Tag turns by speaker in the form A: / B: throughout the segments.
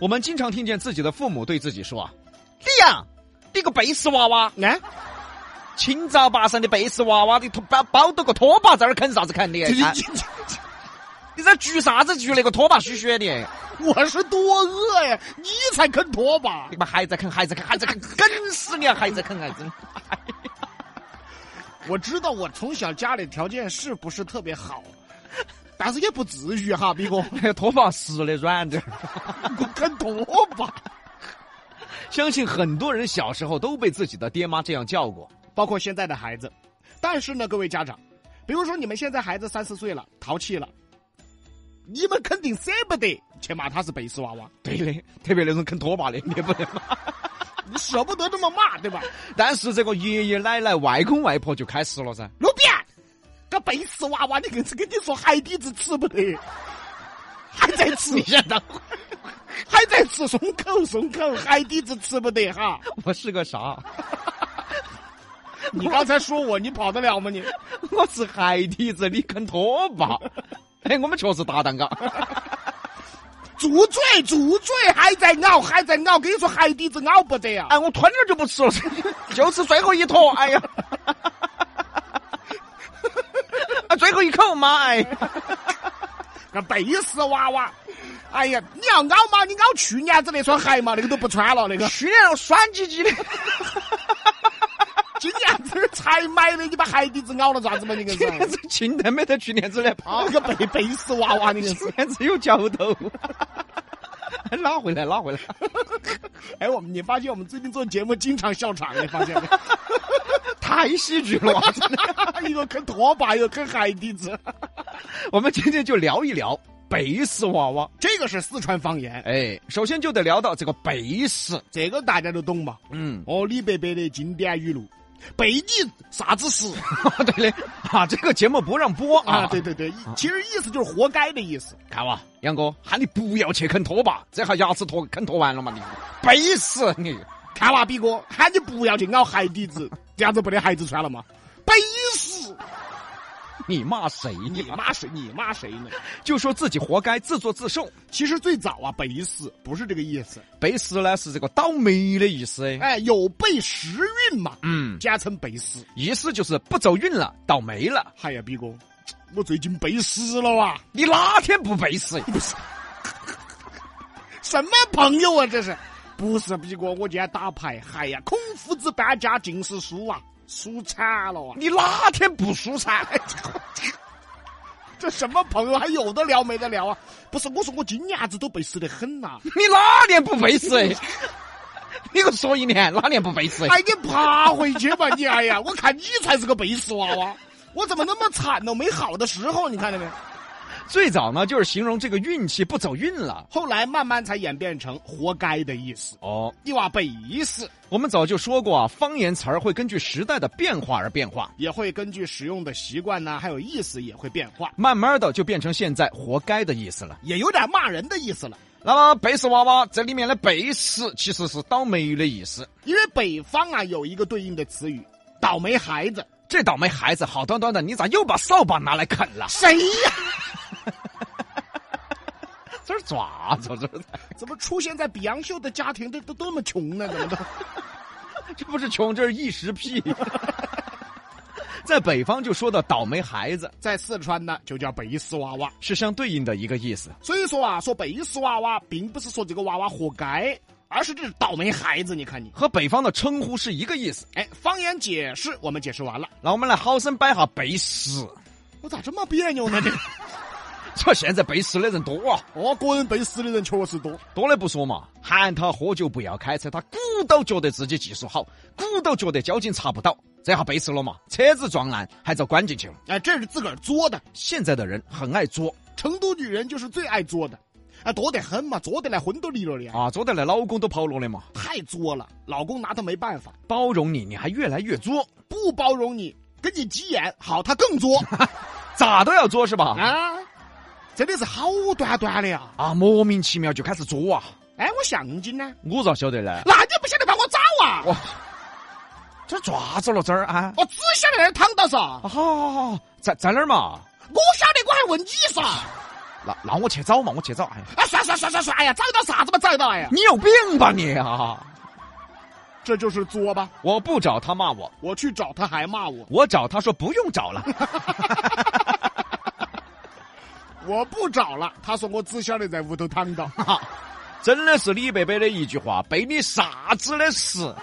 A: 我们经常听见自己的父母对自己说：“你呀、你个背时娃娃，
B: 哎，
A: 清早八上的背时娃娃，你拖包包到个拖把在那儿啃啥子啃的？
B: 这这
A: 啊
B: 这
A: 你在锯啥子锯？那个拖把虚虚的，
B: 我是多饿呀，你才啃拖把
A: 你。把孩子啃，孩子啃，孩子啃，啃死你啊！孩子啃，孩子。”
B: 我知道我从小家里条件是不是特别好，但是也不至于哈，毕哥，
A: 拖把湿的软的，
B: 我啃拖把。
A: 相信很多人小时候都被自己的爹妈这样叫过。
B: 包括现在的孩子。但是呢，各位家长，比如说你们现在孩子三四岁了，淘气了，你们肯定舍不得去骂他是背时娃娃，
A: 对的，特别那种啃拖把的，你也不能骂。
B: 你舍不得这么骂，对吧？
A: 但是这个爷爷奶奶、外公外婆就开始了噻。，
B: 路边个背时娃娃，你硬是跟你说海底子吃不得，还在吃
A: 先等会儿，
B: 还在吃，松口松口，海底子吃不得 哈。
A: 我是个啥？
B: 你刚才说我，你跑得了吗你？
A: 我是海底子，你啃拖把。哎，我们确实搭档啊嘎。
B: 住嘴住嘴，还在咬还在咬，跟你说海底子咬不得啊！
A: 哎，我吞了就不吃了，就吃最后一坨。哎呀，啊，最后一口嘛，哎。
B: 个背时娃娃。哎呀，你要咬嘛，你咬去年子那双鞋嘛，那个都不穿了，那 个
A: 去年我酸唧唧的，
B: 今年子才买的，你把鞋底子咬了咋子嘛？ 你硬
A: 今年
B: 是
A: 子青的没得去年子啊来胖。
B: 啊，个背背死娃娃，你硬是
A: 今。天只有脚头， 拉回来，拉回来。
B: 哎，我们你发现我们最近做节目经常笑场，你发现没？
A: 太喜剧了哇！真的
B: 一个啃拖把，一个啃鞋底子，
A: 我们今天就聊一聊贝斯娃娃。
B: 这个是四川方言，
A: 哎，首先就得聊到这个贝斯。
B: 这个大家都懂嘛？
A: 嗯，
B: 哦，李白白的经典语录，背你啥子事
A: 对的啊，这个节目不让播啊。
B: 啊？对，对对，其实意思就是活该的意思。
A: 看哇，杨哥喊你不要去啃拖把，这下牙齿脱啃脱完了嘛你，背死你！
B: 看娃比哥，喊你不要去咬鞋底子，这样子不得鞋子穿了吗？背死！
A: 你骂谁你？
B: 你骂谁？你骂谁呢？
A: 就说自己活该，自作自受。
B: 其实最早啊，背死不是这个意思，
A: 背斯呢是这个倒霉的意思。
B: 哎，有背时运嘛，
A: 嗯，
B: 简称背死。
A: 意思就是不走运了，倒霉了。
B: 哎呀，比哥，我最近背死了哇！
A: 你哪天不背死？
B: 不是， 什么朋友啊，这是？不是，比哥，我今天打牌，哎呀，孔夫子搬家尽是输啊，输惨了啊！
A: 你哪天不舒惨？
B: 这什么朋友还有得聊没得聊啊？不是，我说我今年子都背死得很啊呐、
A: 你哪年不背死？ 你给我说一年，哪年不背死？
B: 哎，你爬回去吧你！哎呀，我看你才是个背时娃娃，我怎么那么惨呢？没好的时候，你看见没？
A: 最早呢，就是形容这个运气不走运了。
B: 后来慢慢才演变成“活该”的意思。
A: 哦，
B: 你娃背死
A: 我们早就说过啊，方言词儿会根据时代的变化而变化，
B: 也会根据使用的习惯呢，还有意思也会变化，
A: 慢慢的就变成现在“活该”的意思了。
B: 也有点骂人的意思了。
A: 那么“背死娃娃”这里面的“背死”其实是倒霉的意思。
B: 因为北方啊有一个对应的词语“倒霉孩子
A: 这倒霉孩子，好端端的，你咋又把扫把拿来啃了”，？
B: 谁呀、
A: 这是爪子，这是
B: 怎么出现在比洋秀的家庭都都都那么穷呢？怎么都？
A: 这不是穷，这是一时屁。 在北方就说的倒霉孩子
B: 在四川呢就叫背死娃娃。
A: 是相对应的一个意思。
B: 所以说啊，说背时娃娃，并不是说这个娃娃活该，而是这是倒霉孩子。你看你，
A: 和北方的称呼是一个意思。
B: 哎，方言解释我们解释完了，
A: 那我们来好生摆下背时，
B: 我咋这么别扭呢？这个
A: 这现在背时的人多啊，
B: 哦，个人背时的人确实多。
A: 多了不说嘛。喊他喝酒不要开车，他鼓捣觉得自己技术好，鼓捣觉得交警查不到，这下背时了嘛，车子撞烂还遭关进去了。
B: 哎，这是自个儿作的。
A: 现在的人很爱作
B: 成都女人就是最爱作的，啊，多得很嘛，作得来婚都离了的，
A: 啊，作得来老公都跑了的嘛，
B: 太作了，老公拿她没办法，
A: 包容你，你还越来越作，
B: 不包容你，跟你急眼，好，他更 作
A: 咋都要作是吧？
B: 啊，真的是好端端的呀。
A: 啊，莫名其妙就开始作啊，
B: 哎，我相亲呢，
A: 我咋晓得呢？
B: 那你不晓得把我找啊？
A: 哇，这抓住了这儿啊！
B: 我只晓得在那儿躺到啥。
A: 啊，好好好，在在哪儿嘛？
B: 我晓得，我还问你啥？
A: 那那我去找嘛，我去找。哎，
B: 啊，算算算算算，哎呀，找到啥子嘛，找到哎呀，
A: 你有病吧你啊！
B: 这就是作吧？
A: 我不找他骂我，
B: 我去找他还骂我，
A: 我找他说不用找了。
B: 我不找了。他说我只晓得在屋头躺到。
A: 真的是李伯伯的一句话，被你啥子的事，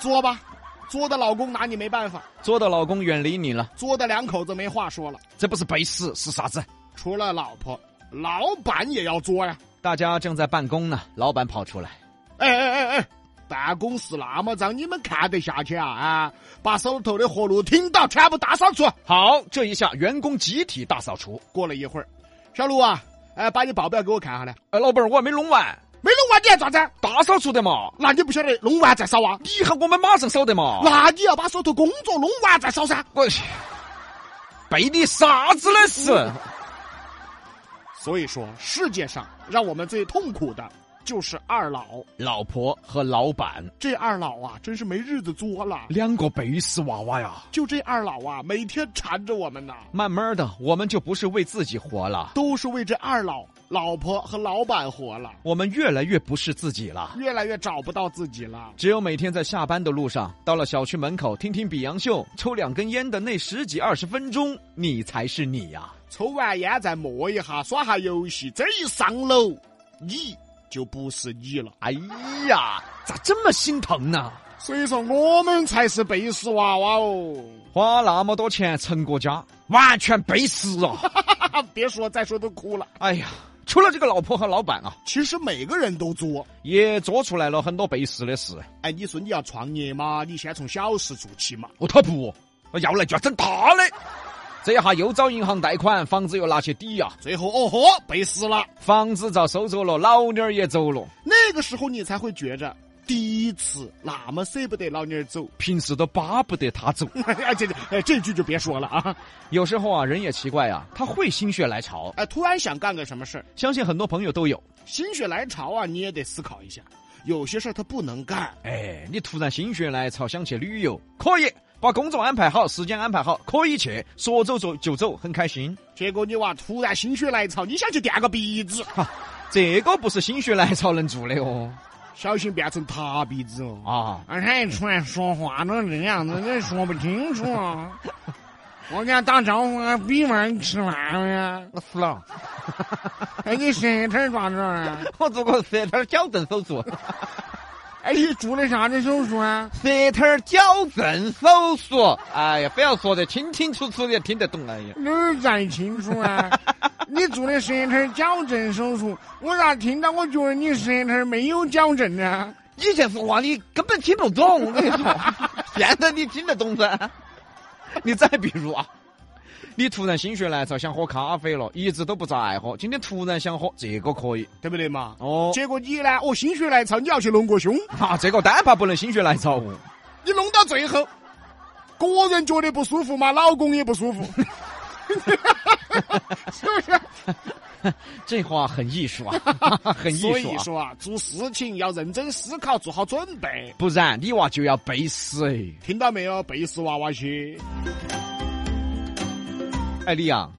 B: 作吧，作的老公拿你没办法，
A: 作的老公远离你了，
B: 作的两口子没话说了。
A: 这不是背时是啥子？
B: 除了老婆，老板也要作呀。
A: 大家正在办公呢，老板跑出来，
B: 哎哎哎哎，办公室那么脏，你们看得下去啊？啊，把手头的活路听到全部大扫除。
A: 好，这一下员工集体大扫除。
B: 过了一会儿，小卢啊，哎，把你报表给我看下来。
A: 哎，老板儿，我还没弄完，
B: 没弄完你还咋子？
A: 大扫除的嘛，
B: 那你不晓得弄完再扫啊？
A: 你喊我们马上扫的嘛。
B: 那你要把手头工作弄完再扫啊噻。
A: 我去，背你啥子的事？
B: 所以说，世界上让我们最痛苦的就是二老。
A: 老婆和老板
B: 这二老啊，真是没日子作了。
A: 两个背时娃娃呀。
B: 就这二老啊，每天缠着我们呐，
A: 慢慢的，我们就不是为自己活了，
B: 都是为这二老、老婆和老板活了，
A: 我们越来越不是自己了。
B: 越来越找不到自己了。
A: 只有每天在下班的路上，到了小区门口听听比洋秀，抽两根烟的那十几二十分钟，你才是你呀、
B: 抽完烟再磨一下，耍下游戏，这一上楼，你就不是你了。
A: 哎呀，咋这么心疼呢？
B: 所以说，我们才是背时娃娃哦。
A: 花那么多钱成个家，完全背时啊！
B: 哈哈，别说，再说都哭了。
A: 哎呀，除了这个老婆和老板啊，
B: 其实每个人都作。
A: 也做出来了很多背时的事。
B: 哎，你说你要创业嘛，你先从小事做起嘛。
A: 我他不，我要来就要整大的。这一下又找银行贷款，房子又拿去抵押、
B: 最后，哦豁，背时了。
A: 房子遭收走了，老妞儿也走了，
B: 那个时候你才会觉着，第一次那么舍不得老娘儿走。
A: 平时都巴不得他走。
B: 哎，这这，哎，这句就别说了啊！
A: 有时候啊，人也奇怪啊，他会心血来潮，
B: 哎，突然想干个什么事儿，
A: 相信很多朋友都有。
B: 心血来潮啊，你也得思考一下。有些事儿他不能干，
A: 哎，你突然心血来潮想去旅游，可以把工作安排好，时间安排好，可以去，说走就就走，很开心。
B: 结果你娃突然心血来潮，你想去垫个鼻子，
A: 这个不是心血来潮能做的哦。
B: 小心变成塌鼻子哦！
A: 啊，
B: 而且一出来说话都这样子，这说不清楚啊！我给他打招呼啊，闭门吃饭了呀！
A: 我服了，
B: 哎，你舌头抓着啊？
A: 我做过舌头矫正手术，
B: 哎，你做的啥子手术啊？
A: 舌头矫正手术。哎呀，非要说得清清楚楚的，听得懂。哎呀，
B: 哪儿再清楚啊？你做的舌头矫正手术，我咋听到我觉得你舌头没有矫正呢？
A: 以前说话你根本听不懂，我跟你说， 现在你听得懂噻。你再比如啊，你突然心血来潮想喝咖啡了，一直都不咋爱喝，今天突然想喝，这个可以
B: 对不对嘛？
A: 哦。
B: 结果你呢？哦，心血来潮，你要去隆个胸，
A: 啊，这个单怕不能心血来潮哦。
B: 你弄到最后，个人觉得不舒服嘛，老公也不舒服，是不是？
A: 这话很艺术 啊，很艺
B: 所
A: 术
B: 以
A: 啊，
B: 说啊，做事情要认真思考，做好准备。
A: 不然你娃就要背死哎。
B: 听到没有，贝斯娃娃些。
A: 哎，李阳，